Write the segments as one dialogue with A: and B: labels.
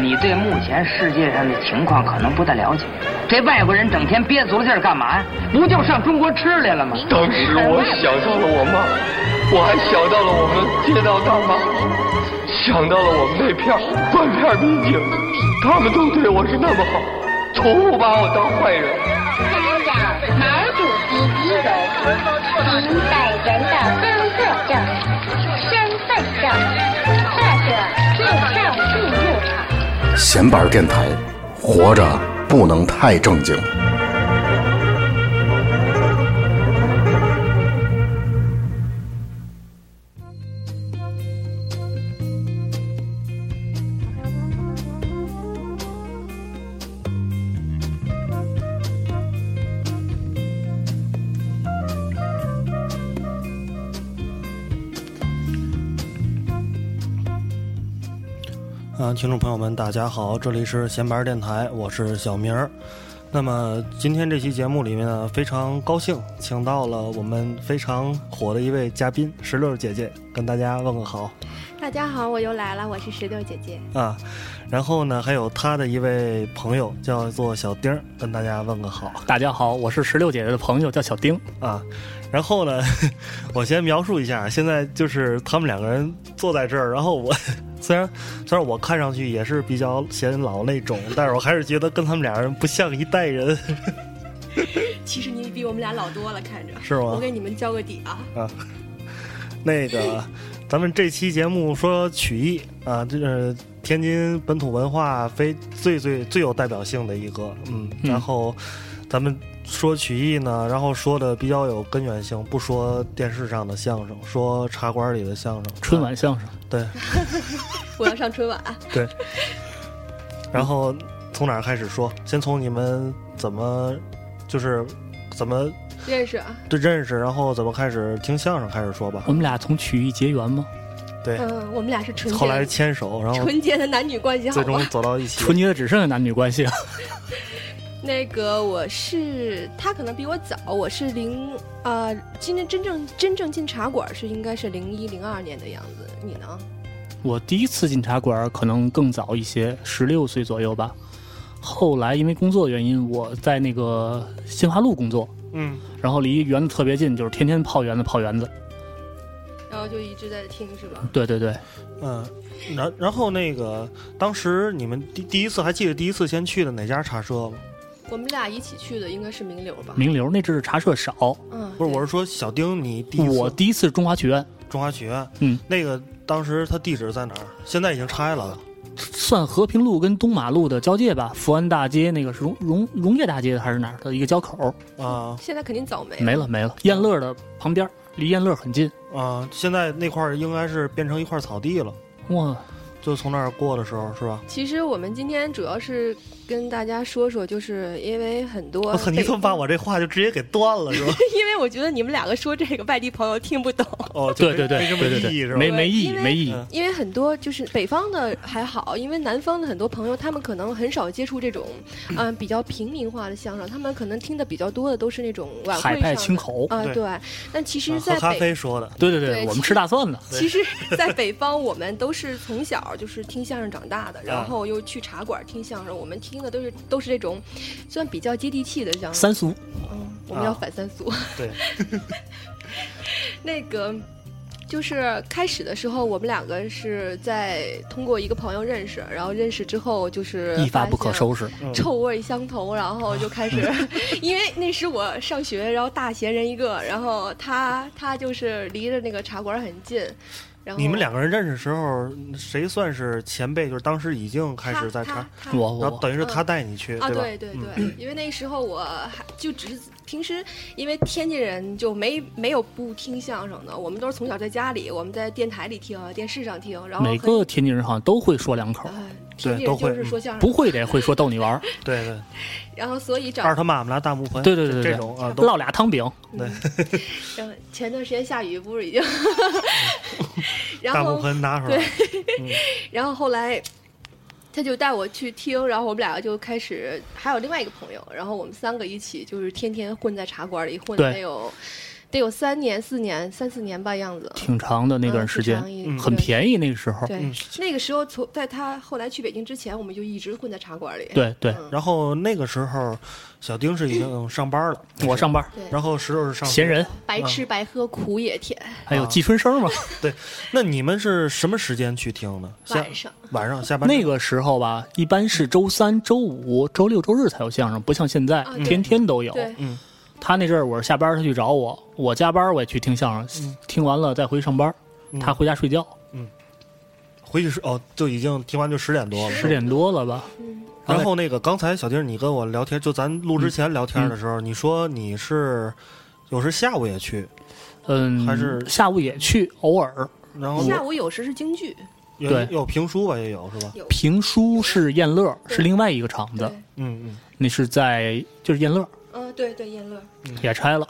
A: 你对目前世界上的情况可能不太了解。这外国人整天憋足了劲儿干嘛呀？不就上中国吃来了吗？
B: 当时我想到了我妈，我还想到了我们街道大妈，想到了我们那片儿半片儿民警，他们都对我是那么好，从不把我当坏人。
C: 家长毛主席遗容，您本人的工作证、身份证，或者附上字幕。
D: 闲板电台，活着不能太正经。
E: 啊，听众朋友们，大家好，这里是闲白儿电台，我是小明儿。那么今天这期节目里面呢，非常高兴，请到了我们非常火的一位嘉宾石榴姐姐，跟大家问个好
F: 大家好，我又来了，我是石榴姐姐。
E: 啊。然后呢，还有她的一位朋友叫做小丁儿，跟大家问个好
G: 大家好，我是石榴姐姐的朋友，叫小丁。
E: 啊。然后呢， 我先描述一下，现在就是他们两个人坐在这儿，然后我 虽然虽然我看上去也是比较显老那种，但是我还是觉得跟他们俩人不像一代人。
F: 其实你比我们俩老多了，看着
E: 是吗
F: 我给你们交个底 啊，
E: 那 个，咱们这期节目说曲艺啊，这是天津本土文化非最最最有代表性的一个，嗯，
G: 嗯
E: 然后咱们说曲艺呢，然后说的比较有根源性，不说电视上的相声，说茶馆里的相声，啊
G: 春晚相声，
E: 对
F: 我要上春晚。啊
E: 对。然后从哪儿开始说？先从你们怎么就是怎么
F: 认识啊？
E: 对认识，然后怎么开始听相声开始说吧
G: 我。们俩从曲艺结缘吗？
E: 对，
F: 嗯，我们俩是纯洁的
E: 后来牵手，然后
F: 纯洁的男女关系，好
E: 最
F: 吗
E: 终？走到一起。
G: 纯洁的只剩下男女关系啊了。
F: 那个我是他可能比我早，我是零呃，今天真正真正进茶馆是应该是零一零二年的样子。你呢？
G: 我第一次进茶馆可能更早一些，十六岁左右吧。后来因为工作原因，我在那个新华路工作，
E: 嗯。
G: 然后离园子特别近，就是天天泡园子泡园子。
F: 然后就一直在听是吧？
G: 对对对，
E: 嗯，然然后那个，当时你们第第一次还记得第一次先去的哪家茶社吗？
F: 我们俩一起去的应该是名流吧？
G: 名流那阵儿茶社少，
F: 嗯，
E: 不是，
F: 对
E: 我是说小丁，你第一次
G: 我第一次中华曲苑
E: 中华学院，
G: 嗯，
E: 那个当时他地址在哪儿？现在已经拆了，
G: 算和平路跟东马路的交界吧，福安大街那个是荣荣荣业大街还是哪儿的一个交口，
E: 啊
F: 现在肯定早没
G: 没了没了。燕乐的旁边，离燕乐很近。
E: 啊！现在那块儿应该是变成一块草地了，
G: 哇，
E: 就从那儿过的时候是吧？
F: 其实我们今天主要是跟大家说说，就是因为很多
E: 我操，哦你
F: 北
E: 怎么 把我这话就直接给断了是吧？
F: 因为我觉得你们两个说这个外地朋友听 不懂，
E: 哦，就
G: 对对对
E: 没没什么
G: 对对
E: 意义是
G: 对，
E: 吧？
G: 没没意义
F: 因为
G: 没意义
E: 嗯。
F: 因为很多就是北方的还好，因为南方的很多朋友他们可能很少接触这 种，嗯、比较平民化的相声，他们可能听的比较多的都是那种晚会
G: 海派
F: 上
G: 清
F: 的。
G: 口，
F: 啊、
E: 对
F: 对，但其实
E: 啊
F: 在
E: 喝
F: 北，
E: 咖啡说的，
G: 对对
F: 对
G: 对，我
F: 其
G: 们吃大蒜的，
F: 其实，在北方，我们都是从小就是听相声长大
E: 啊
F: 的，然后又去茶馆听相声，我们听的都是都是这种，算比较接地气的相声。
G: 三俗。
F: 嗯，我们要
E: 啊
F: 反三俗。
E: 对，
F: 哦那个就是开始的时候，我们两个是在通过一个朋友认识，然后认识之后就是
G: 一发不可
F: 发
G: 收拾。
E: 嗯
F: 现，臭味相投，然后就开 始，因为那时我上学，然后大闲人一个，然后他他就是离着那个茶馆很近，然后
E: 你们两个人认识时候，谁算是前辈？就是当时已经开始在
F: 他
E: 茶
F: 他，他
G: 我
E: 然后
G: 我
E: 等于是他带你去，吧？
F: 啊，
E: 嗯
F: 对对对，因为那时候我还就只是平时，因为天津人就没没有不听相声的，我们都是从小在家里，我们在电台里听，电视上听，然后
G: 每
F: 很
G: 个天津人好像都会说两口，
F: 哎天津
E: 都
F: 人
E: 会
F: 就是说相声
G: 不，会得会说逗你玩 儿。
E: 对对，
F: 然后所以
E: 二
F: 长
E: 他妈我们拿大木盆，
G: 对对对
E: 这
G: 对
E: 这种啊都
G: 烙俩汤饼，
F: 然后呃前段时间下雨不是 已经，然
E: 大木
F: 后
E: 盆拿出来，
F: 然后后来。他就带我去听，然后我们俩就开始，还有另外一个朋友，然后我们三个一起就是天天混在茶馆里，混了
G: 对
F: 有得有三年、四年、三四年吧样子。
G: 挺长的那段
F: 嗯
G: 时
F: 挺
G: 间
F: 长，一嗯
G: 很
F: 对
G: 便宜那个时候。
F: 对，
E: 嗯
F: 那个时候从在他后来去北京之前，我们就一直混在茶馆里。嗯
G: 对对，
E: 然后那个时候，小丁是已经上班了，
G: 我上班
F: 对，
E: 然后石榴是上学
G: 闲。人，
F: 白吃白喝苦也甜。
G: 还
E: 啊
G: 有季春生 嘛。
E: 对，那你们是什么时间去听的？下
F: 晚上，
E: 晚上下班
G: 那个时候吧，一般是周三、周五、周六、周日才有相声，不像现在
F: 啊对
G: 天天都有。
F: 对，
G: 他那阵儿我是下班儿他去找我，我加班儿我也去听相声，听完了再回去上班儿，他回家睡觉，
E: 回去是哦，就已经听完就十点多了。
G: 十点多了吧？
E: 然后那个刚才小丁，你跟我聊天，就咱录之前聊天的时候，你说你是有时下午也去，
G: 嗯，
E: 还是
G: 下午也去，偶尔。
E: 然后
F: 下午有时是京剧，
E: 有
G: 对
E: 有评书吧，也有是吧？
F: 有
G: 评书是燕乐，是另外一个厂子
F: 对，，
E: 嗯嗯，
G: 那是在就是燕乐
F: 嗯，对对，燕乐。
G: 也拆了，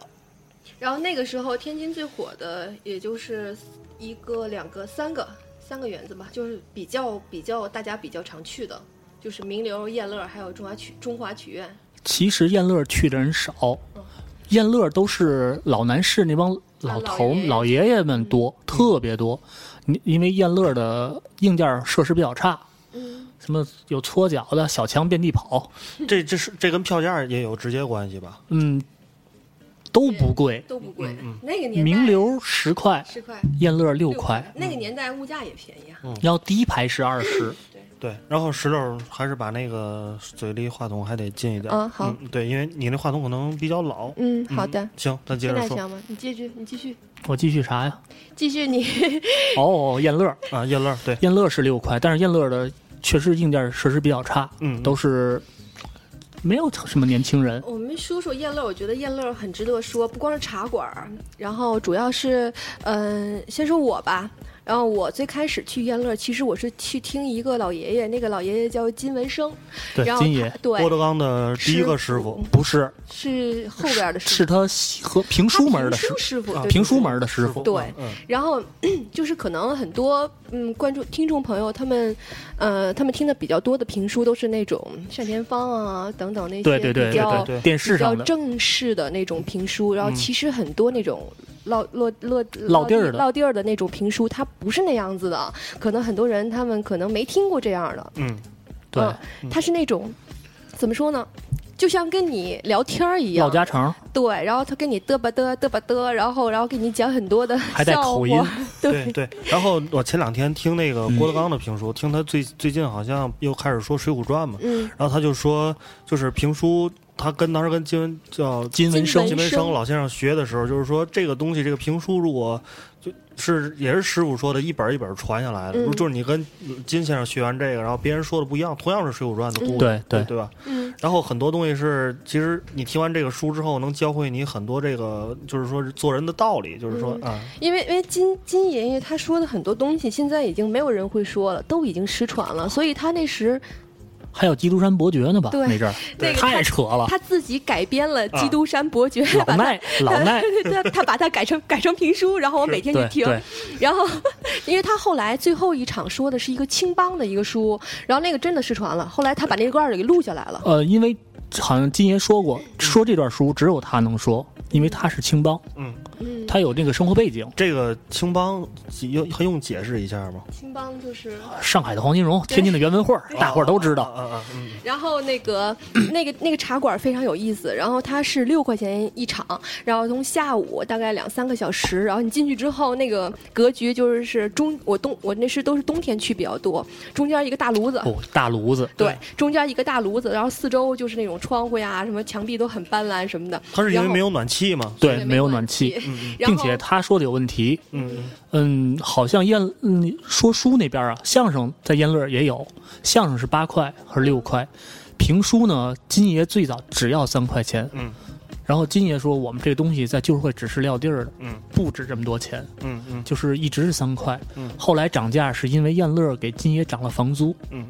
F: 然后那个时候天津最火的也就是一个、两个、三个三个园子吧，就是比较比较大家比较常去的，就是名流、燕乐，还有中华曲中华曲院。
G: 其实燕乐去的人少，燕乐都是老南市那帮老头
F: 啊
G: 们、
F: 老
G: 老爷爷们多，特别多。你因为燕乐的硬件设施比较差，
F: 嗯
G: 什么有搓脚的、小强遍地跑，
E: 这这是这跟票价也有直接关系吧？
G: 嗯，都不贵，
F: 都不贵，那个年代
G: 名流十块，
F: 十块
G: 燕乐
F: 六
G: 六块，，
F: 那个年代物价也便宜啊。
G: 然后第一排是二十。
E: 对，然后石榴还是把那个嘴离话筒还得近一点。
F: 嗯好
E: 嗯，对，因为你那话筒可能比较老。
F: 嗯，好的，
E: 行，咱接
F: 现
E: 着
F: 在
E: 说
F: 行吗？你继续，你继续，
G: 我继续啥呀？
F: 继续你。
G: 哦，燕乐，
E: 啊，叶乐，对，
G: 燕乐是六块，但是燕乐的确实硬件设施比较差，
E: 嗯
G: 都是没有什么年轻人。
F: 我们说说燕乐，我觉得燕乐很值得说，不光是茶馆儿，然后主要是，嗯、先说我吧。然后我最开始去燕乐，其实我是去听一个老爷爷，那个老爷爷叫金文生，
G: 对
F: 然，后
G: 金
F: 他
G: 爷
E: 郭
F: 对
E: 德纲的第一个师傅，
G: 不是
F: 是后边的
G: 是
F: 师
G: 他和评
F: 傅，
G: 书门的
F: 他评
G: 师
F: 书师傅，对
G: 评书门的师傅，啊
F: 对
E: 嗯，
F: 然后 就是可能很多嗯观众听众朋友他们，呃，他们听的比较多的评书都是那种单田芳啊等等那些
G: 对对对
F: 比较
G: 对对，电视
F: 比较
G: 上的嗯
F: 正式的那种评书，然后其实很多那种落落落
G: 落地儿的
F: 落地儿的那种评书，它不是那样子的。可能很多人他们可能没听过这样的，
E: 嗯，
G: 对
F: 嗯它是那种怎么说呢？就像跟你聊天儿一
G: 唠
F: 样，
G: 家常，
F: 对，然后他跟你嘚吧嘚嘚吧嘚，然后然后给你讲很多的
G: 还带口音
F: 笑话，
E: 对对。然后我前两天听那个郭德纲的评书，听他最最近好像又开始说《水浒传》嘛，
F: 嗯，
E: 然后他就说，就是评书，他跟当时跟金文叫
G: 金文生
E: 金文
F: 生
E: 生老先生学的时候，就是说这个东西，这个评书如果就是也是师傅说的，一本儿一本儿传下来的，
F: 嗯
E: 就是你跟金先生学完这个，然后别人说的不一样，同样是《水浒传》的故事，
G: 对
E: 对
G: 对
E: 吧？
F: 嗯，
E: 然后很多东西是，其实你听完这个书之后，能教会你很多这个，就是说做人的道理，就是说啊，
F: 因为因为金金爷爷他说的很多东西，现在已经没有人会说了，都已经失传了，所以他那时
G: 还有基督山伯爵呢吧？
F: 对
G: 那阵儿
F: 那个他
G: 太扯了，
F: 他自己改编了《基督山伯爵》
G: 啊老
F: 把
G: 奈
F: 它
G: 老 奈
F: 他他把它改成改成评书，然后我每天去
G: 对
F: 听。
G: 对，
F: 然后，因为他后来最后一场说的是一个青帮的一个书，然后那个真的失传了。后来他把那段儿给录下来了。
G: 呃，因为好像金爷说过，
F: 嗯
G: 说这段书只有他能说，因为他是青帮，
E: 嗯，
G: 他有那个生活背景，
E: 这个青帮用还用解释一下吗？
F: 青帮就是，
G: 上海的黄金荣，天津的袁文慧儿，大伙儿都知道。
E: 啊啊，嗯，
F: 然后那个那个那个茶馆非常有意思，然后它是六块钱一场，然后从下午大概两三个小时，然后你进去之后，那个格局就是是中我冬我那是都是冬天去比较多，中间一个大炉子，
G: 哦，大炉子，
F: 对，中间一个大炉子，然后四周就是那种窗户呀，什么墙壁都很斑斓什么的。
E: 他是因为
F: 然后
E: 没有暖气吗？
G: 对，没有暖气，，
F: 然
G: 并
F: 后
G: 且他说的有问题。
E: 嗯
G: 嗯，好像燕嗯说书那边啊，相声在燕乐也有，相声是八块还是六块？评书呢，金爷最早只要三块钱。
E: 嗯。
G: 然后金爷说，我们这个东西在旧社会只是撂地儿的，
E: 嗯，
G: 不值这么多钱，
E: 嗯嗯
G: 就是一直是三块。
E: 嗯
G: 后来涨价是因为燕乐给金爷涨了房租，
E: 嗯，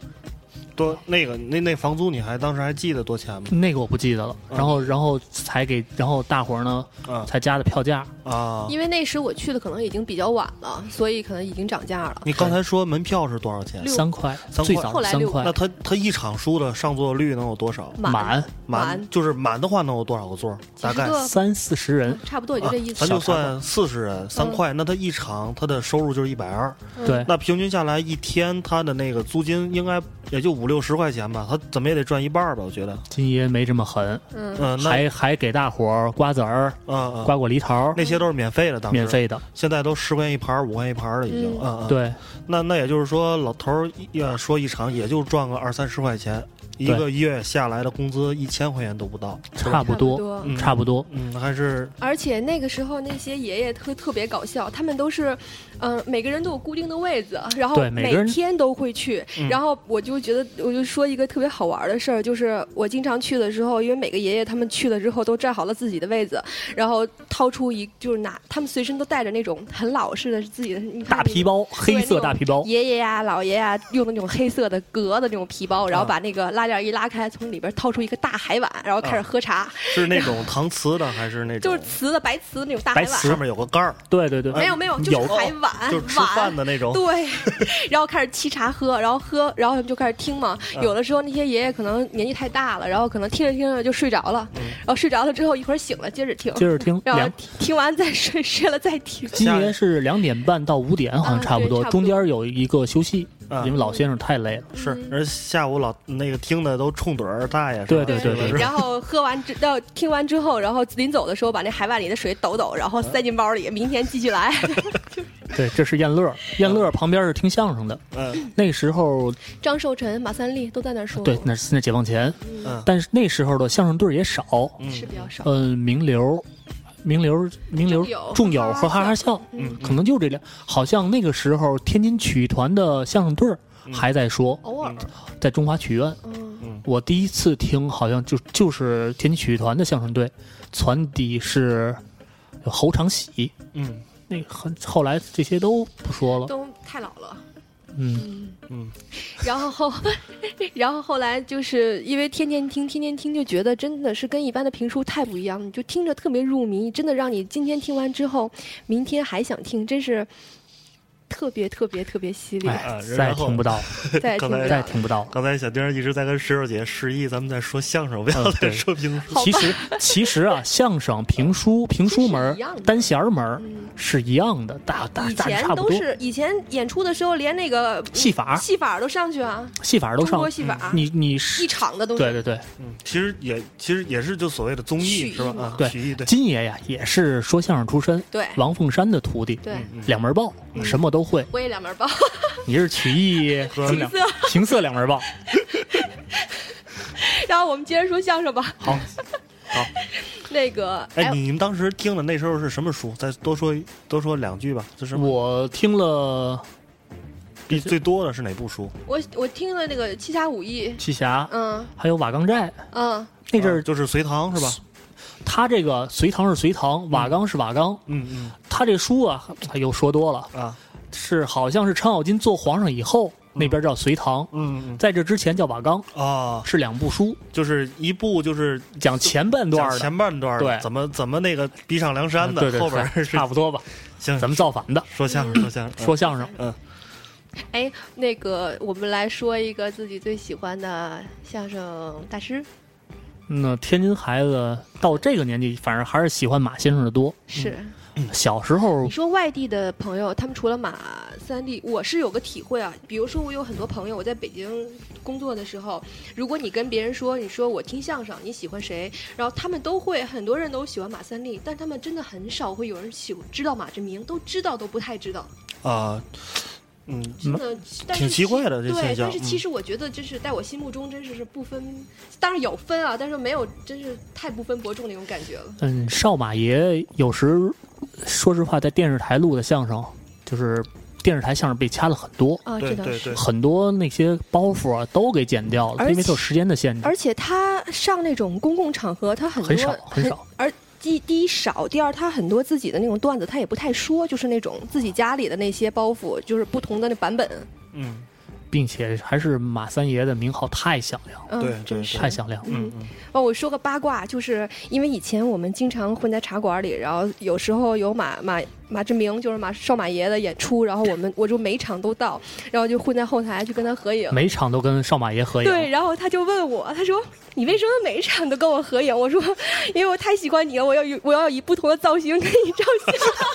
E: 多那个那那房租你还当时还记得多钱吗？
G: 那个我不记得了。然后，然后才给，然后大伙儿呢
E: 嗯啊
G: 才加的票价，
E: 啊。
F: 因为那时我去的可能已经比较晚了，所以可能已经涨价了。
E: 你刚才说门票是多少钱？
F: 六
G: 三块，
E: 三块
G: 最早
F: 后
G: 是
F: 来
G: 三
F: 六
G: 块
E: 那，他他一场输的上座率能有多少？
G: 满
E: 满就是满的话能有多少个座儿？
F: 几
E: 大
F: 十
E: 概
F: 个，
G: 三四十人，
F: 差不多也就
E: 啊
F: 这意思。
E: 咱就算四十人，三块，那他一场他的收入就是一百二，
F: 嗯
G: 对，
E: 那平均下来一天他的那个租金应该也就五六十块钱吧，他怎么也得赚一半儿吧？我觉得，
G: 金爷没这么狠，
F: 嗯，
E: 嗯，那
G: 还还给大伙儿瓜子儿、
E: 嗯
G: 瓜
E: 嗯，
G: 果梨桃，
E: 那些都是免费的，当时
G: 免，费的，
E: 现在都十块钱一盘儿，五块钱一盘儿了已经，
F: 嗯
E: 嗯嗯，，
G: 对
E: 那那也就是说，老头儿一呃说一场也就赚个二三十块钱，一
G: 对
E: 个月下来的工资一千块钱都不到，
G: 差不多
F: 多
E: 嗯
G: 差不多，
E: 嗯，还是
F: 而且那个时候那些爷爷特特别搞笑，他们都是，嗯、每个人都有固定的位子，然后
G: 对每个人
F: 天都会去。
E: 嗯
F: 然后我就觉得，我就说一个特别好玩的事儿，就是我经常去的时候，因为每个爷爷他们去了之后都站好了自己的位子，然后掏出一就是拿他们随身都带着那种很老式的自己的你看
G: 大皮包，黑色大皮包，
F: 爷爷呀、老爷呀、用的那种黑色的格子那种皮包，然后
E: 啊
F: 把那个拉链一拉开，从里边掏出一个大海碗，然后开始喝茶，
G: 嗯
E: 是那种搪瓷的还是那
F: 就
E: 种
F: 是瓷的白瓷的那种大海
G: 白
F: 碗
G: 瓷。
E: 上面有个盖儿，哎
G: 对对对，
F: 没有没有，就是海碗，碗
E: 就是吃饭的那种，
F: 对， 然后开始沏茶喝，然后喝，然后他们就开始听嘛。有的时候那些爷爷可能年纪太大了，然后可能听着听着就睡着了，然后睡着了之后一会儿醒了接着听，
G: 接着听
F: 然后
G: 两
F: 听听完再睡，睡了再听。
G: 今年是两点半到五点，好像
F: 啊
G: 差不多，
F: 对差不多
G: 中间有一个休息，
E: 啊
G: 因为老先生太累了。
E: 是，
F: 嗯
E: 而下午老那个听的都冲盹儿，大爷是吧
G: 对对对
E: 是
G: 对
E: 不是
F: 然后喝完之到听完之后，然后临走的时候把那海碗里的水抖抖，然后塞进包里，明天继续来。
G: 对，这是燕乐，燕
E: 啊
G: 乐旁边是听相声的。
E: 嗯
G: 那时候，
F: 张寿臣、马三立都在那儿说，
G: 对，那是那解放前，
E: 嗯
G: 但是那时候的相声队儿也少。
F: 是比较少。
G: 嗯，名流，名流，名流
F: 众，友
G: 众友和哈哈笑，
E: 嗯
G: 可能就这两。好像那个时候天津曲艺团的相声队儿
E: 嗯
G: 还在说，
F: 偶尔，
G: 在中华曲院。
F: 嗯，
G: 我第一次听，好像就就是天津曲艺团的相声队，传底是有侯长喜，
E: 嗯
G: 那个很后来这些都不说了。
F: 都太老了。
G: 嗯，
F: 然后， 然后后来就是因为天天听，天天听，就觉得真的是跟一般的评书太不一样了，你就听着特别入迷，真的让你今天听完之后，明天还想听，真是特别特别特别犀利，
G: 哎
E: 啊，
G: 再
E: 然
G: 也
E: 后哎
G: 听 不到了，
F: 再也听
E: 刚
F: 不
E: 才
G: 再
F: 了。
G: 也听不到了。
E: 刚才小丁儿一直在跟石榴姐示意，咱们在说相声，不要
G: 嗯
E: 再
G: 对
E: 说评书。
F: 好吧
G: 其实，其实 啊，相声、评书、评书门
F: 是一样
G: 儿
F: 的、嗯
G: 单弦儿门儿是一样的，大大
F: 以
G: 大致
F: 前
G: 差不
F: 都
G: 多。
F: 是以前演出的时候，连那个嗯
G: 戏法儿
F: 戏法儿都上去啊，
G: 戏法儿都
F: 中
G: 上
F: 国
G: 了，
F: 戏法儿
G: 你你
F: 一
G: 是
F: 场的东西。
G: 对对对
E: 嗯，其实也其实也是就所谓的综
F: 曲
E: 艺
F: 艺
E: 是吧？
F: 嘛
E: 啊，
G: 对
E: 曲艺对，
G: 金爷呀也是说相声出身，
F: 对
G: 王凤山的徒弟，
E: 嗯
F: 对嗯
G: 两门儿爆，什么都会。
F: 我也两门儿包，
G: 你是曲艺和
E: 情
G: 两
F: 色
G: 情色两门儿爆，
F: 然后我们接着说相声吧。
E: 好，
F: 那个，
E: 哎，你们当时听的那时候是什么书？再多说多说两句吧。就是
G: 我听了
E: 比最多的是哪部书？
F: 我我听了那个七侠五义，
G: 七侠，
F: 嗯
G: 还有瓦岗寨
F: 嗯，
G: 那阵
E: 啊
G: 儿，
E: 就是隋唐是吧？
G: 他这个隋唐是隋唐，瓦岗是瓦岗，
E: 嗯嗯
G: 他这书啊哎又说多了，
E: 啊
G: 是好像是程咬金做皇上以后，那边叫隋唐，
E: 嗯
G: 在这之前叫瓦岗，
E: 嗯啊，
G: 是两部书，
E: 就是一部就是
G: 讲前半段
E: 讲
G: 的，
E: 前半段儿
G: 对
E: 怎么怎么那个逼上梁山的，
G: 对对
E: 后边儿
G: 对
E: 是
G: 差不多吧，
E: 行，
G: 怎么造反的，
E: 说相声说相声
G: 说相声，
F: 哎，那个，我们来说一个自己最喜欢的相声大师，
G: 那天津孩子到这个年纪，反而还是喜欢马先生的多。
F: 是、
G: 小时候
F: 你，说外地的朋友，他们除了马三立，我是有个体会啊。比如说，我有很多朋友，我在北京工作的时候，如果你跟别人说，你说我听相声，你喜欢谁，然后他们都会，很多人都喜欢马三立，但他们真的很少会有人喜知道马志明，都知道都不太知道。
E: 嗯啊，嗯，
F: 真的，但
E: 挺
F: 是
E: 奇
F: 其
E: 怪的这现
F: 对，
E: 象
F: 但是
E: 嗯
F: 其实我觉得，真是在我心目中，真是是不分，当然有分啊，但是没有，真是太不分伯仲那种感觉了。
G: 嗯，少马爷有时说实话，在电视台录的相声，就是电视台相声被掐了很多，
F: 啊，
E: 对
F: 这倒
E: 对
F: 是。
E: 对，
G: 很多那些包袱啊都给剪掉了，
F: 而
G: 因为
F: 且
G: 它有时间的限制。
F: 而且他上那种公共场合，他很多
G: 很少很少
F: 而第第一少，第二他很多自己的那种段子，他也不太说，就是那种自己家里的那些包袱，就是不同的那版本。
E: 嗯，
G: 并且还是马三爷的名号太响亮了，
F: 嗯，
E: 对对
F: 真是
E: 对
G: 太响亮了。
E: 嗯嗯
F: 哦，我说个八卦，就是因为以前我们经常混在茶馆里，然后有时候有马马马志明，就是马少马爷的演出，然后我们我就每场都到，然后就混在后台去跟他合影。
G: 每场都跟少马爷合影，
F: 对，然后他就问我，他说：“你为什么每一场都跟我合影？”我说：“因为我太喜欢你了，我要有我要以不同的造型跟你照 相。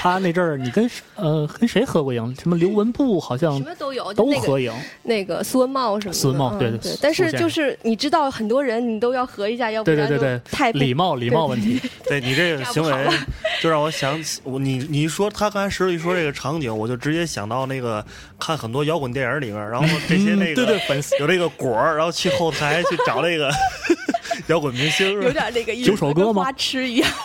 G: 他那阵儿你跟呃跟谁合过影？什么刘文步好”像
F: 什么都有，就
G: 都
F: 那个
G: 合影，
F: 那个苏文茂什么的，
G: 苏文茂
F: 嗯
G: 对
F: 对
G: 对苏
F: 但是
G: 先
F: 就
G: 生
F: 是你知道，很多人你都要合一下，要不
G: 对
F: 然
G: 对
F: 就
G: 对对，
F: 太不
G: 礼貌礼貌问题，
E: 对你这个行为，就让我想起我你你一说他刚才石头一说这个场景，我就直接想到那个看很多摇滚电影里面，然后这些
G: 嗯
E: 那个、
G: 对对粉丝
E: 有这个果儿，然后去后台去找那 个摇滚明星，
F: 有点那个意思，
G: 九首歌
F: 跟
G: 吗
F: 花痴一样。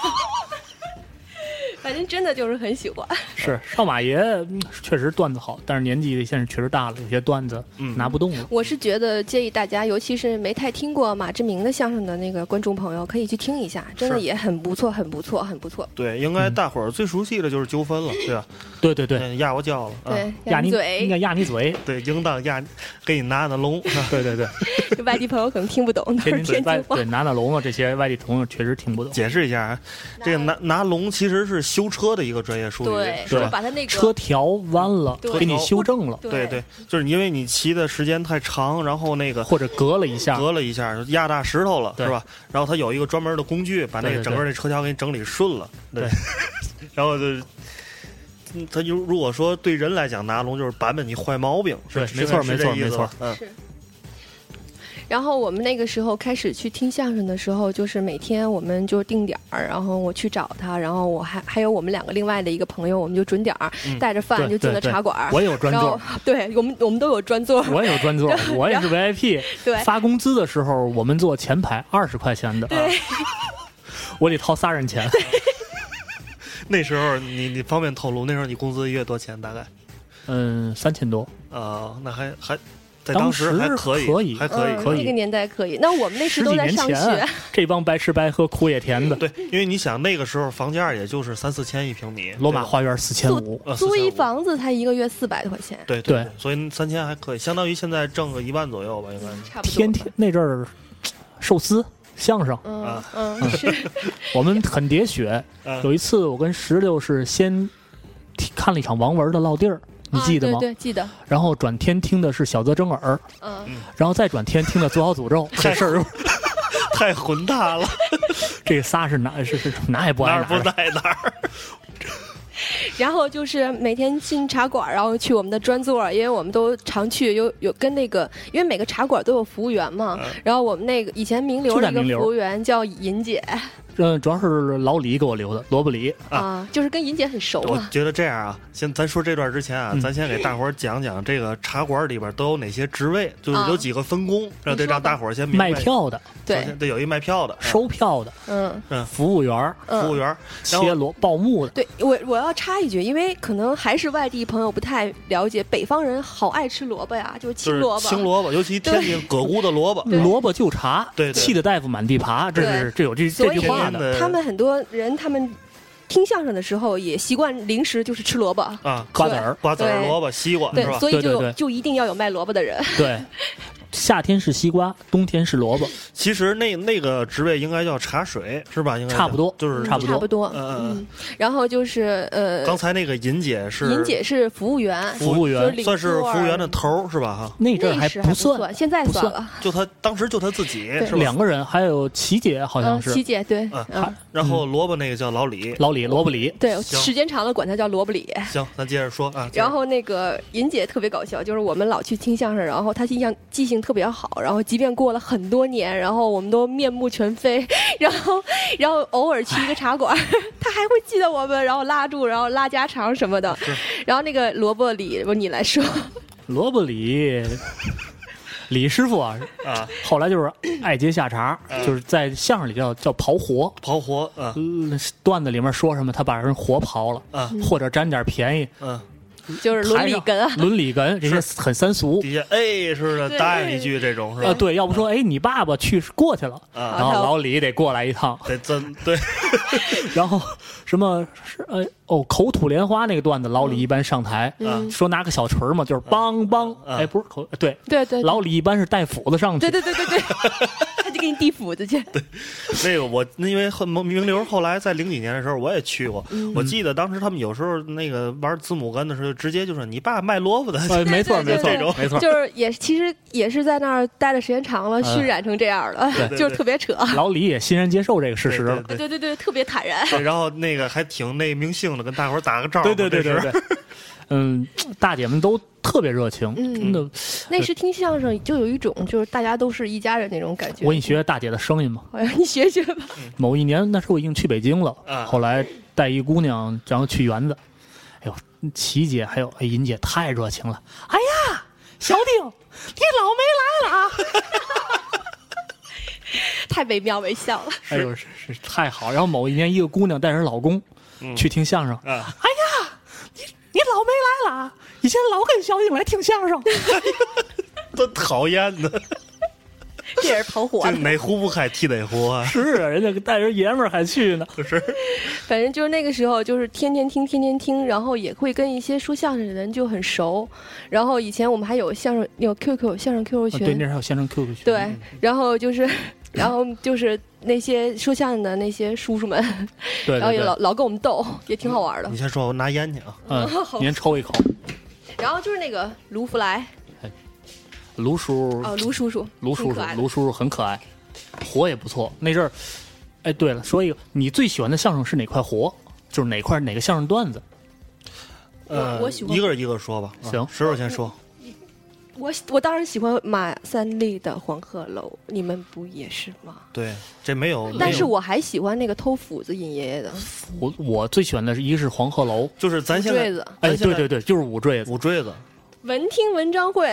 F: 反正真的就是很喜欢，
G: 是少马爷嗯确实段子好，但是年纪现在确实大了，有些段子
F: 嗯
G: 拿不动了。
F: 我是觉得建议大家，尤其是没太听过马志明的相声的那个观众朋友，可以去听一下，真的
E: 是
F: 也很不错，很不错，很不错。
E: 对，应该大伙儿最熟悉的就是纠纷了，对吧？
G: 对嗯对对，
E: 嗯，压过叫了，嗯、
F: 对，
G: 压
F: 你
G: 你啊应该
F: 嘴，
G: 压你嘴，
E: 对，应当压给你拿拿龙，
G: 对 对对，
F: 就外地朋友可能听不懂，都
G: 天
F: 是
G: 津嘴
F: 天
G: 外
F: 津话
G: 对。拿拿龙啊这些外地朋友确实听不懂。
E: 解释一下啊，这个拿拿龙其实是修车的一个专业术语，
F: 对，
E: 是
F: 就
E: 吧？
F: 把他那个
G: 车调弯了，
F: 对
G: 给你修正了，
E: 对对，就是因为你骑的时间太长，然后那个
G: 或者隔了一下，
E: 隔了一下，压大石头了，
G: 对
E: 是吧？然后它有一个专门的工具，把那
G: 对
E: 个
G: 对
E: 整个那车条给你整理顺了，对。 然后就，嗯它就如果说对人来讲，拿龙就是板板你坏毛病，是
G: 对
E: 是
G: 没错
E: 是
G: 没
E: 这
G: 错
E: 意思
G: 没错
E: 吧嗯，
F: 然后我们那个时候开始去听相声的时候，就是每天我们就定点儿，然后我去找他，然后我还还有我们两个另外的一个朋友，我们就准点儿、带着饭
G: 嗯对
F: 就进
G: 对
F: 了
G: 对
F: 茶馆儿。
G: 我也有专
F: 然
G: 座
F: 后，， 对我们我们都有专座，
G: 我也有专座， 我也是 VIP。
F: 对
G: 发工资的时候，我们坐前排，二十块钱的，啊
F: 对，
G: 我得掏仨人钱。
E: 那时候你你方便透露，那时候你工资一月多钱大概？
G: 嗯，三千多，
E: 啊，那还还在
G: 当
E: 时
G: 时
E: 还可以，
G: 可以
E: 还可以，
F: 嗯
G: 可以
F: 那个年代可以。那我们那时
G: 十
F: 都
G: 几
F: 在
G: 年
F: 上
G: 前
F: 学，，
G: 这帮白吃白喝、苦也甜的，
E: 对，因为你想那个时候房价也就是三四千一平米，
G: 罗马
E: 对吧
G: 花园四千五，
E: 呃
F: 租一
E: 4500
F: 房子才一个月四百多块钱，
E: 对
G: 对
E: 对，所以三千还可以，相当于现在挣个一万左右吧，应该是。
F: 差不多。
G: 嗯天天那阵儿寿司。相声，
F: 嗯
E: 啊
F: 嗯是，
G: 我们很喋血。
E: 嗯
G: 有一次，我跟石榴是先听看了一场王文的《落地儿》，你记得
F: 啊？
G: 吗
F: 对对，记得。
G: 然后转天听的是小泽征尔，
F: 嗯，
G: 然后再转天听的《左好 诅咒》，这事儿，
E: 太混搭了，
G: 这仨是哪是是是哪也不
E: 哪
G: 挨
E: 儿不
G: 哪
E: 在哪儿。
F: 然后就是每天进茶馆，然后去我们的专座，因为我们都常去，有有跟那个，因为每个茶馆都有服务员嘛。然后我们那个以前名流
G: 就
F: 的
G: 在
F: 一个
G: 名流
F: 服务员叫尹姐
G: 嗯，主要是老李给我留的，萝卜李。
F: 啊，就是跟尹姐很熟
E: 我
F: 嘛。
E: 觉得这样啊，先咱说这段之前啊，咱先给大伙儿讲讲这个茶馆里边都有哪些职位，就是有几个分工，让得让大伙儿先明白。嗯
G: 卖票的、
E: 首
F: 对
E: 先，得有一卖票的，
G: 收票的、
F: 嗯
G: 服务员儿、
E: 嗯服务
F: 嗯。
E: 员，然
G: 切
E: 后
G: 萝报幕的，
F: 对我我要插一句，因为可能还是外地朋友不太了解，北方人好爱吃萝卜呀，就是
E: 就
F: 青
E: 是
F: 萝卜。
E: 青萝卜，尤其天津葛菇的萝卜，
G: 萝卜就茶，
E: 对对
G: 气得大夫满地爬，这是这有这
F: 所
G: 这
F: 以
G: 句
E: 天
G: 话
E: 天
G: 的。
E: 的
F: 他们很多人他们听相声的时候也习惯零食就是吃萝卜。
E: 啊，
G: 瓜子儿，
E: 瓜子儿、
F: 对
E: 萝卜、西瓜
F: 对
E: 是，吧？
F: 所以就有
G: 对对对
F: 就一定要有卖萝卜的人。
G: 对，夏天是西瓜，冬天是萝卜，
E: 其实那那个职位应该叫茶水是吧？应该叫
G: 差不多
E: 就是
G: 差不多
F: 差不多，
E: 嗯
F: 嗯，然后就是呃，
E: 刚才那个尹姐是
F: 尹姐是服务员，
G: 服
F: 就
G: 务
F: 是
G: 员。
F: 领
E: 算是
F: 座
E: 服务员的头儿是吧？哈，
G: 那阵儿
F: 那时还
G: 不
F: 算，现在
G: 不
F: 算
G: 算
F: 了。
E: 就他当时就他自己
F: 对
E: 是吧？
G: 两个人，还有琪姐好像
F: 嗯，
G: 是
F: 琪姐对，
E: 嗯
F: 嗯，
E: 然后萝卜那个叫老李。
G: 老李，萝卜李。
F: 对，
E: 行
F: 时间长了管她叫萝卜李。
E: 行，咱接着说啊。接着
F: 然后那个尹姐特别搞笑，就是我们老去听相声，然后她印象记性特别好，然后即便过了很多年，然后我们都面目全非，然后 然后偶尔去一个茶馆， 她还会记得我们，然后拉住，然后拉家常什么的。然后那个萝卜李，不你来说，
G: 萝卜李，李师傅啊，
E: 啊，
G: 后来就是爱接下茬，就是在相声里叫叫刨活，
E: 刨活啊，
G: 嗯段子里面说什么他把人活刨了，
E: 啊
G: 或者占点便宜，
E: 嗯，
F: 就是伦理根啊
G: 台上，伦理根，这些很三俗
E: 底下哎似的
F: 对
E: 答应一句这种是
G: 啊。
E: 吧？
G: 对，要不说哎，你爸爸去过去了，
E: 啊
G: 然后老李得过来一趟，
E: 得真对，
G: 然后什么是呃哦，口吐莲花那个段子，老李一般上台、
E: 嗯
G: 说拿个小锤儿嘛，就是梆梆，
E: 嗯
G: 哎，不是口，对
F: 对对对
G: 老李一般是带斧子上去，
F: 对对对对对， 他就给你递斧子去。
E: 那个我那因为后名流后来在零几年的时候我也去过，
F: 嗯
E: 我记得当时他们有时候那个玩字母根的时候，直接就是你爸卖萝卜的，
G: 哎，没错儿
F: 对对
G: 没错
F: 对
G: 儿没错儿，
F: 就是也其实也是在那儿待的时间长了，
G: 嗯
F: 熏染成这样了，
E: 对
F: 就是特别扯。
G: 老李也欣然接受这个事
E: 对
G: 实
E: 对
G: 了。
E: 对
F: 对对对，特别坦然。
E: 对，然后那个还挺那个明性的，跟大伙儿打个照，
G: 对对对对
E: 这是
G: 对，嗯，大姐们都特别热情，
F: 嗯
G: 真的。
F: 那时听相声就有一种就是大家都是一家人那种感觉。
G: 我给你学学大姐的声音嘛。
F: 好像你学学吧。
G: 某一年，那时候我已经去北京了，
E: 啊
G: 后来带一姑娘，然后去园子。哎呦，琪姐还有哎银姐太热情了。哎呀，小 丁，你老没来了啊！
F: 太惟妙惟肖了。
G: 哎呦，是是太好。然后某一年，一个姑娘带着老公、
E: 嗯
G: 去听相声，哎
E: 啊
G: 呀，你你老没来了啊！以前老跟小颖来听相声，
E: 多讨厌呢，
F: 这也是跑火
E: 这
F: 了，
E: 哪壶不开提哪壶啊，
G: 是啊，人家带着爷们儿还去呢。
E: 就是
F: 反正就是那个时候，就是天天听，天天听，然后也会跟一些说相声的人就很熟。然后以前我们还有相声，有 QQ 相声
E: 啊
F: QQ 群，
G: 啊对，那时候相声 QQ 群，
F: 对， 然后就是，然后就是那些说相声的那些叔叔们，
G: 对
F: 然后
G: 对
F: 也
G: 对
F: 老，老跟我们斗，也挺好玩的
E: 你。先说，我拿烟去啊，
G: 嗯，您抽一口。
F: 然后就是那个卢福来，
G: 卢叔，
F: 哦，卢叔叔，
G: 卢叔
F: 挺
G: 叔
F: 可爱，的
G: 卢叔叔很可爱，活也不错。那阵儿，哎，对了，说一个，你最喜欢的相声是哪块活？就是哪块哪个相声段子？
F: 我
E: 呃
F: 我喜欢
E: 一个一个说吧，啊
G: 行
E: 石头先说，
F: 我喜我当然喜欢马三立的《黄鹤楼》，你们不也是吗？
E: 对，这没有，
F: 但
E: 没
F: 是
E: 有
F: 我还喜欢那个偷斧子尹爷爷的
G: 我我最喜欢的是一个是黄鹤楼，
E: 就是咱现
F: 坠
E: 在
F: 子，
E: 咱
G: 哎，
E: 呃现
G: 对
E: 在
G: 对对，就是五坠子，
E: 五坠子，
F: 文听文章会，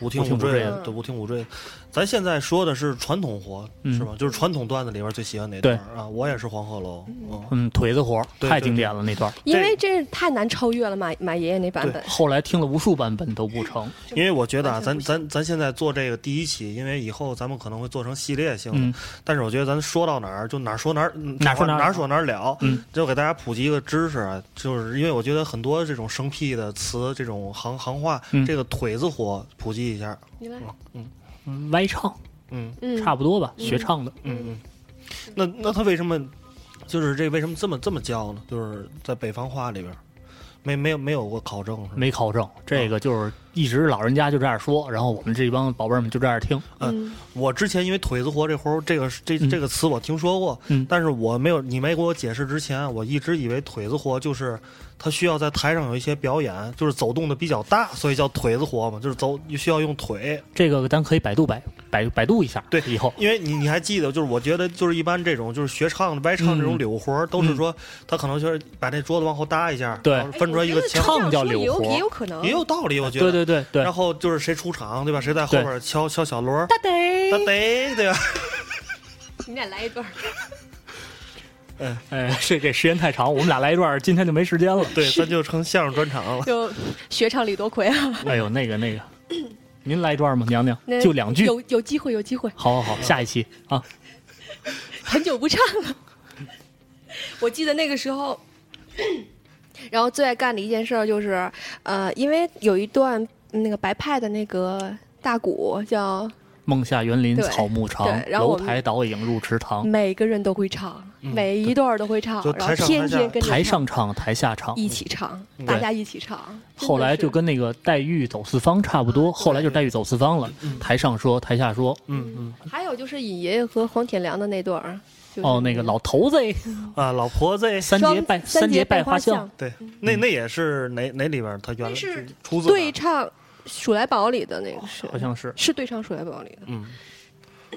E: 五听
G: 五听五
E: 坠
G: 坠
E: 子
F: 子，
E: 对，五听五坠子。咱现在说的是传统活，
G: 嗯
E: 是吧？就是传统段子里边最喜欢哪段儿啊？我也是黄鹤楼，嗯，
G: 嗯，腿子活儿
E: 对
G: 太经典了那段儿，
F: 因为真是太难超越了马马爷爷那版本。
G: 后来听了无数版本都不成。
E: 因为我觉得啊，
F: 完全
E: 咱
F: 不
E: 咱咱现在做这个第一期，因为以后咱们可能会做成系列性的，
G: 嗯
E: 但是我觉得咱说到哪儿就哪儿说哪儿，嗯
G: 哪儿说
E: 哪
G: 哪儿
E: 儿说哪儿了，
G: 嗯，
E: 就给大家普及一个知识啊，就是因为我觉得很多这种生僻的词，这种行行话，
G: 嗯
E: 这个腿子活普及一下，
F: 你来，
G: 嗯歪唱
E: 嗯
F: 嗯，
G: 差不多吧，学唱的。
E: 嗯嗯，那那他为什么就是这为什么这么这么叫呢？就是在北方话里边儿，没没有没有过考证是吧？
G: 没考证，这个就是一直老人家就这样说，然后我们这帮宝贝儿们就这样听。
E: 嗯，我之前因为腿子活这活儿这个这
G: 嗯
E: 这个词我听说过，
G: 嗯
E: 但是我没有你没给我解释之前，我一直以为腿子活就是他需要在台上有一些表演，就是走动的比较大，所以叫腿子活嘛，就是走需要用腿。
G: 这个咱可以百度百百百度一下，
E: 对
G: 以后
E: 因为你你还记得，就是我觉得就是一般这种就是学唱的歪唱这种
G: 嗯
E: 柳活儿，都是说他可能就是把那桌子往后搭一下，
G: 对
E: 然后分出来一个腔
G: 哎，我觉得唱叫柳
F: 也有
G: 活
F: 也有可能，
E: 也有道理，我觉得。
G: 对对对对
E: 然，后就是谁出场对吧？谁在后
G: 对
E: 边敲敲小锣儿，
F: 大得
E: 哒得对吧？
F: 你俩来一段儿，
G: 哎， 这这时间太长，我们俩来一段儿，今天就没时间了。
E: 对，咱就成相声专场了。
F: 就学唱李多奎啊，
G: 哎呦，那个那个，您来一段吗，娘娘
F: 那？
G: 就两句。
F: 有有机会，有机会，
G: 好好好，下一期啊，
F: 很久不唱了。 我记得那个时候， 然后最爱干的一件事儿就是，呃，因为有一段嗯那个白派的那个大鼓叫
G: 梦下园林
F: 对
G: 草木长
F: 对，然后我
G: 楼
F: 们嗯
G: 台倒影入池塘。
F: 每个人都会唱，每一段儿都会唱
E: 就，
F: 然
E: 台
F: 后
E: 上
F: 天
E: 台下
F: 天跟着
G: 嗯台
F: 唱
G: 上唱，台下唱。
F: 一起唱，大家一起唱。真
G: 后
F: 的
G: 来
F: 是
G: 就跟那个黛玉走四方差不多，后来就黛玉走四方了。台上说，台下说。
E: 嗯
F: 还有就是尹爷爷和黄铁良的那段儿，就是
G: 哦，那个老头子，
E: 嗯啊，老婆子，
G: 三
F: 双
G: 节拜
F: 三
G: 节
F: 拜
G: 拜花
F: 像
G: 像。，
E: 对，那那也是哪哪里边儿？他原来
F: 那是
E: 出自哪儿
F: 对唱《鼠来宝》里的那个是
G: 哦好像是。
F: 是对唱《鼠来宝》里的。
E: 嗯，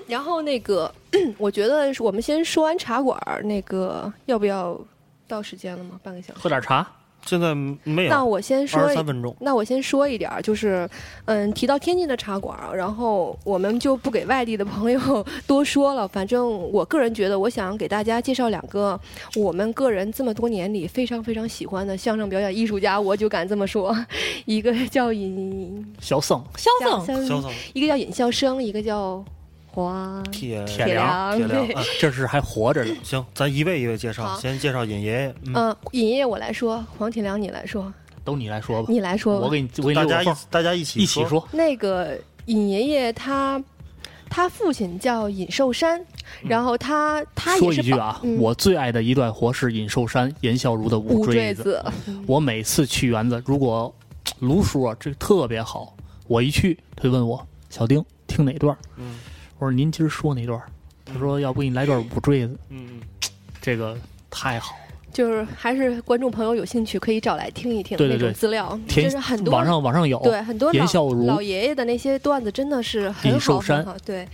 F: 然后那个， 我觉得是我们先说完茶馆儿，那个要不要到时间了吗？半个小时。
G: 喝点茶，
E: 现在没
F: 那
E: 有
F: 我先说
E: 哎二
F: 一
E: 十三分钟。
F: 那我先说一点儿，就是，嗯，提到天津的茶馆儿，然后我们就不给外地的朋友多说了。反正我个人觉得，我想给大家介绍两个我们个人这么多年里非常非常喜欢的相声表演艺术家，我就敢这么说。 一个叫尹
G: 小僧，
F: 肖
E: 肖，总，
F: 一个叫尹笑生，一个叫花
E: 铁
G: 铁梁
E: 铁梁。
F: 对
E: 啊
G: 这是还活着呢。
E: 行，咱一位一位介绍，
F: 好
E: 先介绍尹爷爷。嗯，
F: 嗯，尹爷我来说，黄铁良你来说，
G: 都你来说吧，
F: 你来说吧
G: 我给你，我给你
E: 大
G: 留
E: 家
G: 个
E: 一
G: 缝儿，
E: 大家一起
G: 一起说。
F: 那个尹爷爷他他父亲叫尹寿山，然后他他
G: 嗯说
F: 也
G: 一
F: 是
G: 句
F: 保
G: 啊，
F: 嗯
G: 我最爱的一段活是尹寿山、严孝如的
F: 捂
G: 坠
F: 坠
G: 子。
F: 子，
G: 我每次去园子，如果卢叔啊，这个特别好，我一去他就问我小丁听哪段儿，
E: 嗯
G: 我说您今儿说哪段儿，他说要不给你来段五坠子，
E: 嗯，
G: 这个太好了。
F: 就是还是观众朋友有兴趣可以找来听一听
G: 对对
F: 那种
G: 对
F: 资料，
G: 田
F: 就是很多
G: 网上网上有
F: 对很多
G: 严
F: 老
G: 孝如
F: 老爷爷的那些段子真的是很
G: 尹寿
F: 好
G: 山
F: 很好，对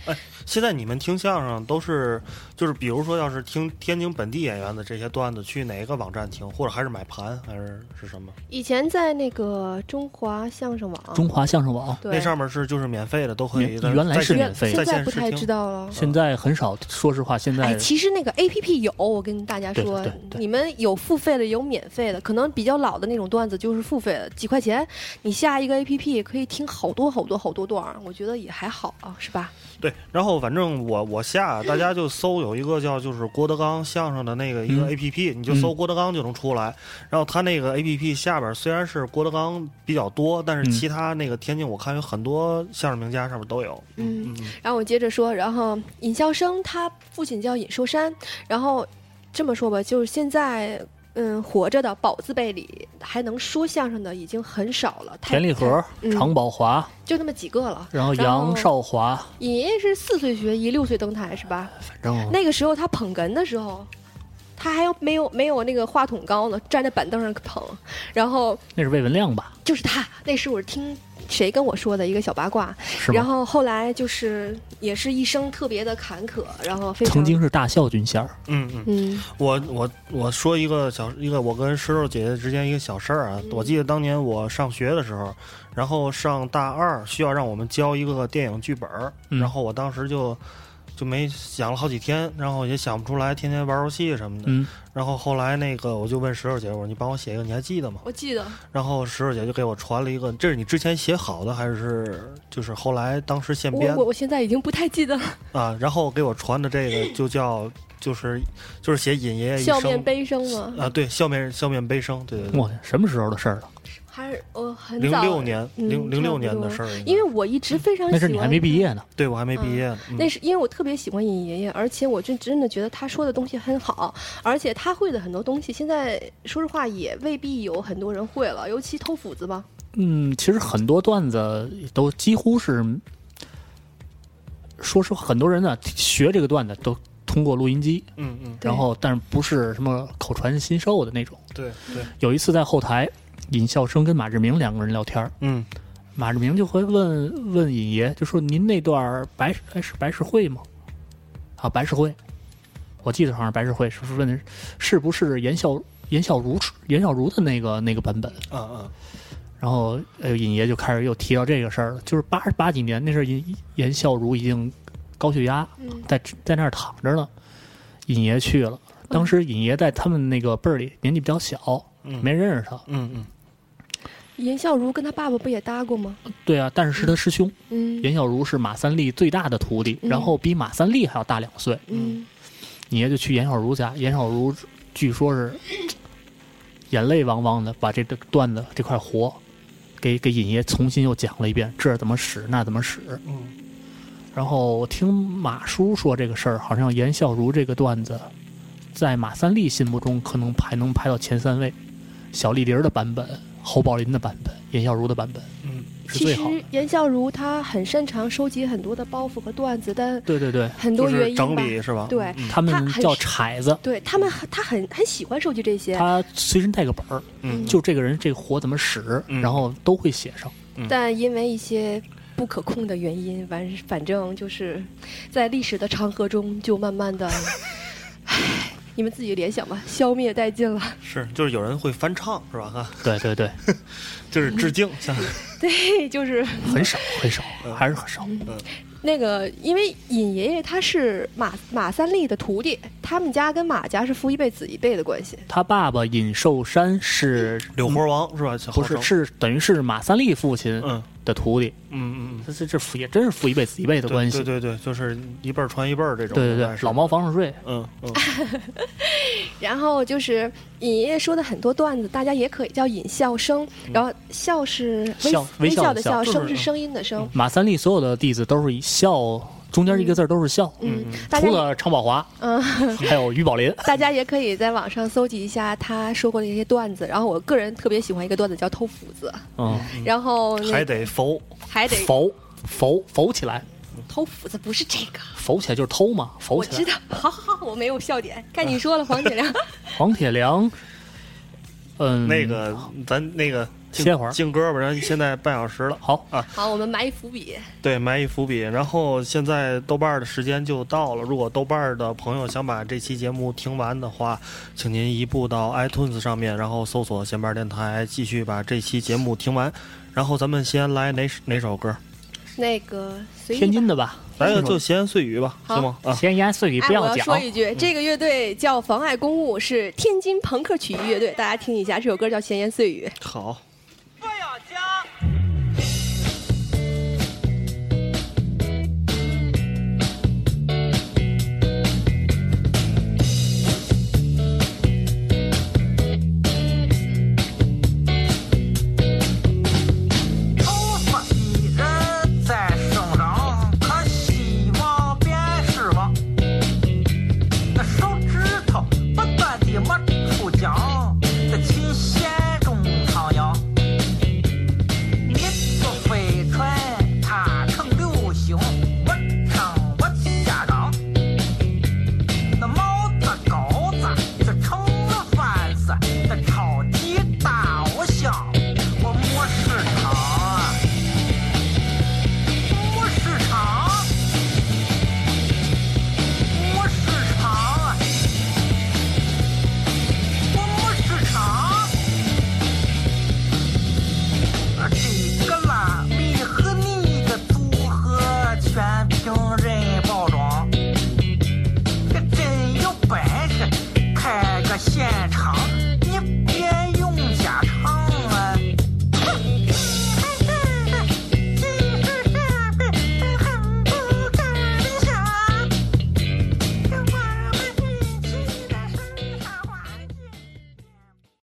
E: 现在你们听相声都是，就是比如说，要是听天津本地演员的这些段子，去哪个网站听，或者还是买盘，还是是什么？
F: 以前在那个中华相声网，
G: 中华相声网，
F: 对
E: 那上面是就是免费的，都可以
G: 免
E: 在。
G: 原来
E: 在
G: 是
E: 线
G: 免费
E: 在
F: 现在
E: 线
F: 不
E: 试
F: 太
E: 听
F: 知道了。
G: 现在很少，说实话，现在
F: 哎，其实那个 A P P 有，我跟大家说
G: 对对对，对
F: 你们有付费的，有免费的。可能比较老的那种段子就是付费的，几块钱，你下一个 A P P 可以听好多好多好多段儿，我觉得也还好啊，是吧？
E: 对，然后反正我我下，大家就搜有一个叫就是郭德纲相声的那个一个
G: 嗯
E: A P P，、你就搜郭德纲就能出来。然后他那个 A P P 下边虽然是郭德纲比较多，但是
G: 嗯
E: 其他那个天津我看有很多相声名家上面都有。
F: 嗯，然后我接着说，然后尹笑生他父亲叫尹寿山，然后这么说吧，就是现在嗯活着的宝字辈里还能说相声的已经很少了，太
G: 田立和、
F: 嗯
G: 常宝华，
F: 就那么几个了。
G: 然后
F: 然后
G: 杨少华，
F: 尹爷爷是四岁学艺，六岁登台是吧？
G: 反
E: 哦
G: 正
F: 那个时候他捧哏的时候，他还要没有没有那个话筒高呢，站在板凳上捧。然后
G: 那是魏文亮吧？
F: 就是他，那是我听谁跟我说的一个小八卦。
G: 是
F: 然
G: 吗？
F: 后后来就是也是一生特别的坎坷，然后非常
G: 曾经是大校军衔儿，
E: 嗯嗯。
F: 嗯
E: 我我我说一个小一个我跟石头姐姐之间一个小事儿啊，
G: 嗯
E: 我记得当年我上学的时候，然后上大二需要让我们交一个电影剧本儿，
G: 嗯
E: 然后我当时就就没想了好几天，然后也想不出来，天天玩游戏什么的。
G: 嗯，
E: 然后后来那个我就问石头姐，我说你帮我写一个，你还记得吗？
F: 我记得
E: 然后石头姐就给我传了一个，这是你之前写好的还是就是后来当时现
F: 我
E: 编的
F: 我我现在已经不太记得了，
E: 啊？然后给我传的这个就叫就是就是写尹爷爷一
F: 笑
E: 生
F: 面悲伤吗？
E: 啊，对，笑面笑面悲伤，对对对，
G: 我什么时候的事儿了？
F: 还是我很
E: 零
F: 早
E: 六年零
F: 嗯
E: 零
F: 差
E: 六
F: 不
E: 年的
F: 多
E: 事儿应该，
F: 因为我一直非常喜欢
G: 那阵儿你还没毕业呢。
E: 对我还没毕
F: 嗯
E: 业呢，嗯
F: 那是因为我特别喜欢尹爷爷，而且我真真的觉得他说的东西很好，而且他会的很多东西，现在说实话也未必有很多人会了，尤其偷斧子吧。
G: 嗯，其实很多段子都几乎是，说实话，很多人呢学这个段子都通过录音机，
E: 嗯嗯，
F: 对
G: 然后但是不是什么口传心授的那种。
E: 对对，
G: 有一次在后台，尹笑生跟马志明两个人聊天儿，
E: 嗯
G: 马志明就会问问尹爷，就说您那段儿白哎是白事会吗？啊，白事会，我记得好像白事会是不是问的是是不是严笑严笑如严笑如的那个那个版本？
E: 啊啊，
G: 然后呃，尹爷就开始又提到这个事儿了，就是八八几年那阵儿，尹严孝如已经高血压，
F: 嗯，
G: 在在那儿躺着呢。尹爷去了，当时尹爷在他们那个辈儿里年纪比较小，
E: 嗯
G: 没人认识他。
E: 嗯嗯
F: 严孝如跟他爸爸不也搭过吗？
G: 对啊，但是是他师兄，
F: 嗯
G: 严孝如是马三立最大的徒弟，
F: 嗯
G: 然后比马三立还要大两岁。
F: 嗯，
G: 尹爷就去严孝如家，严孝如据说是眼泪汪汪的把这个段子这块活给给尹爷重新又讲了一遍，这儿怎么使，那儿怎么使。
E: 嗯
G: 然后我听马叔说这个事儿，好像严孝如这个段子，在马三立心目中可能排能排到前三位，小丽玲儿的版本、侯宝林的版本、严孝如的版本
E: 嗯
G: 是
F: 其
G: 最
F: 实
G: 好的。
F: 严孝如他很擅长收集很多的包袱和段子，但
G: 对对对，
F: 很
E: 就
F: 多
E: 是
F: 原因吧
E: 整。理是吧？
F: 对
E: 嗯
G: 他们
F: 他很
G: 叫
F: 是
G: 铲子，
F: 对他们，他很很喜欢收集这些，
G: 他随身带个本儿，
E: 嗯，
G: 就这个人这个活怎么使，
E: 嗯
G: 然后都会写上。
F: 但因为一些不可控的原因，完反正就是在历史的长河中，就慢慢 的，唉你们自己联想吧，消灭殆尽了。
E: 嗯是就是有人会翻唱是吧？哈，
G: 对对对，
E: 就是致敬，像
F: 嗯对，就是
G: 很少
E: 嗯
G: 很少，还是很少。
F: 嗯那个，因为尹爷爷他是马马三立的徒弟，他们家跟马家是父一辈子一辈的关系。
G: 他爸爸尹寿山是
E: 柳活王是吧？
G: 不
E: 号
G: 是
E: 称
G: 是等于是马三立父亲
E: 嗯
G: 的徒弟，
E: 嗯嗯
G: 这这这父也真是父一辈子一辈
E: 嗯，
G: 的关系。
E: 对对对，就是一辈儿传一辈儿这种，
G: 对对
E: 应该
G: 对，
E: 是
G: 老，毛防上税，
E: 嗯嗯，
F: 然后就是尹爷爷说的很多段子，大家也可以叫尹嗯笑声，然后笑是微
G: 笑微
F: 微
G: 笑的
F: 的
G: 笑
F: 笑，
G: 嗯
E: 就是
F: 声是声音的声。
G: 马三立所有的弟子都是以笑，中间一个字儿都是笑，
F: 嗯，大家
G: 除了常宝华，
F: 嗯，
G: 还有于宝 林。
F: 大家也可以在网上搜集一下他说过的一些段子。然后我个人特别喜欢一个段子叫偷斧子，
G: 嗯，
F: 然后那
E: 还得佛，
F: 还得
G: 否否否起来，
F: 偷斧子，不是这个，
G: 否起来就是偷嘛，否
F: 我
G: 起
F: 知
G: 来。
F: 道。好好好，我没有笑点，该你说了，黄铁良。
G: 黄铁良，嗯，
E: 那个咱那个静
G: 歇会儿
E: 静歌吧，然后现在半小时了。
G: 好，
F: 好，我们埋一伏笔。
E: 对，埋一伏笔。然后现在豆瓣儿的时间就到了，如果豆瓣儿的朋友想把这期节目听完的话，请您移步到 iTunes 上面，然后搜索“闲班儿电台”，继续把这期节目听完。然后咱们先来哪哪首歌？
F: 那个随意吧
G: 天津的吧，
E: 来个就闲言碎语吧，
F: 好
E: 行吗？啊，
G: 闲言碎语
F: 哎，
G: 不
F: 我
G: 要
F: 要
G: 讲
F: 说。一句，这个乐队叫妨碍公务，是天津朋克曲艺乐队，大家听一下，这首歌叫《闲言碎语》。
E: 好。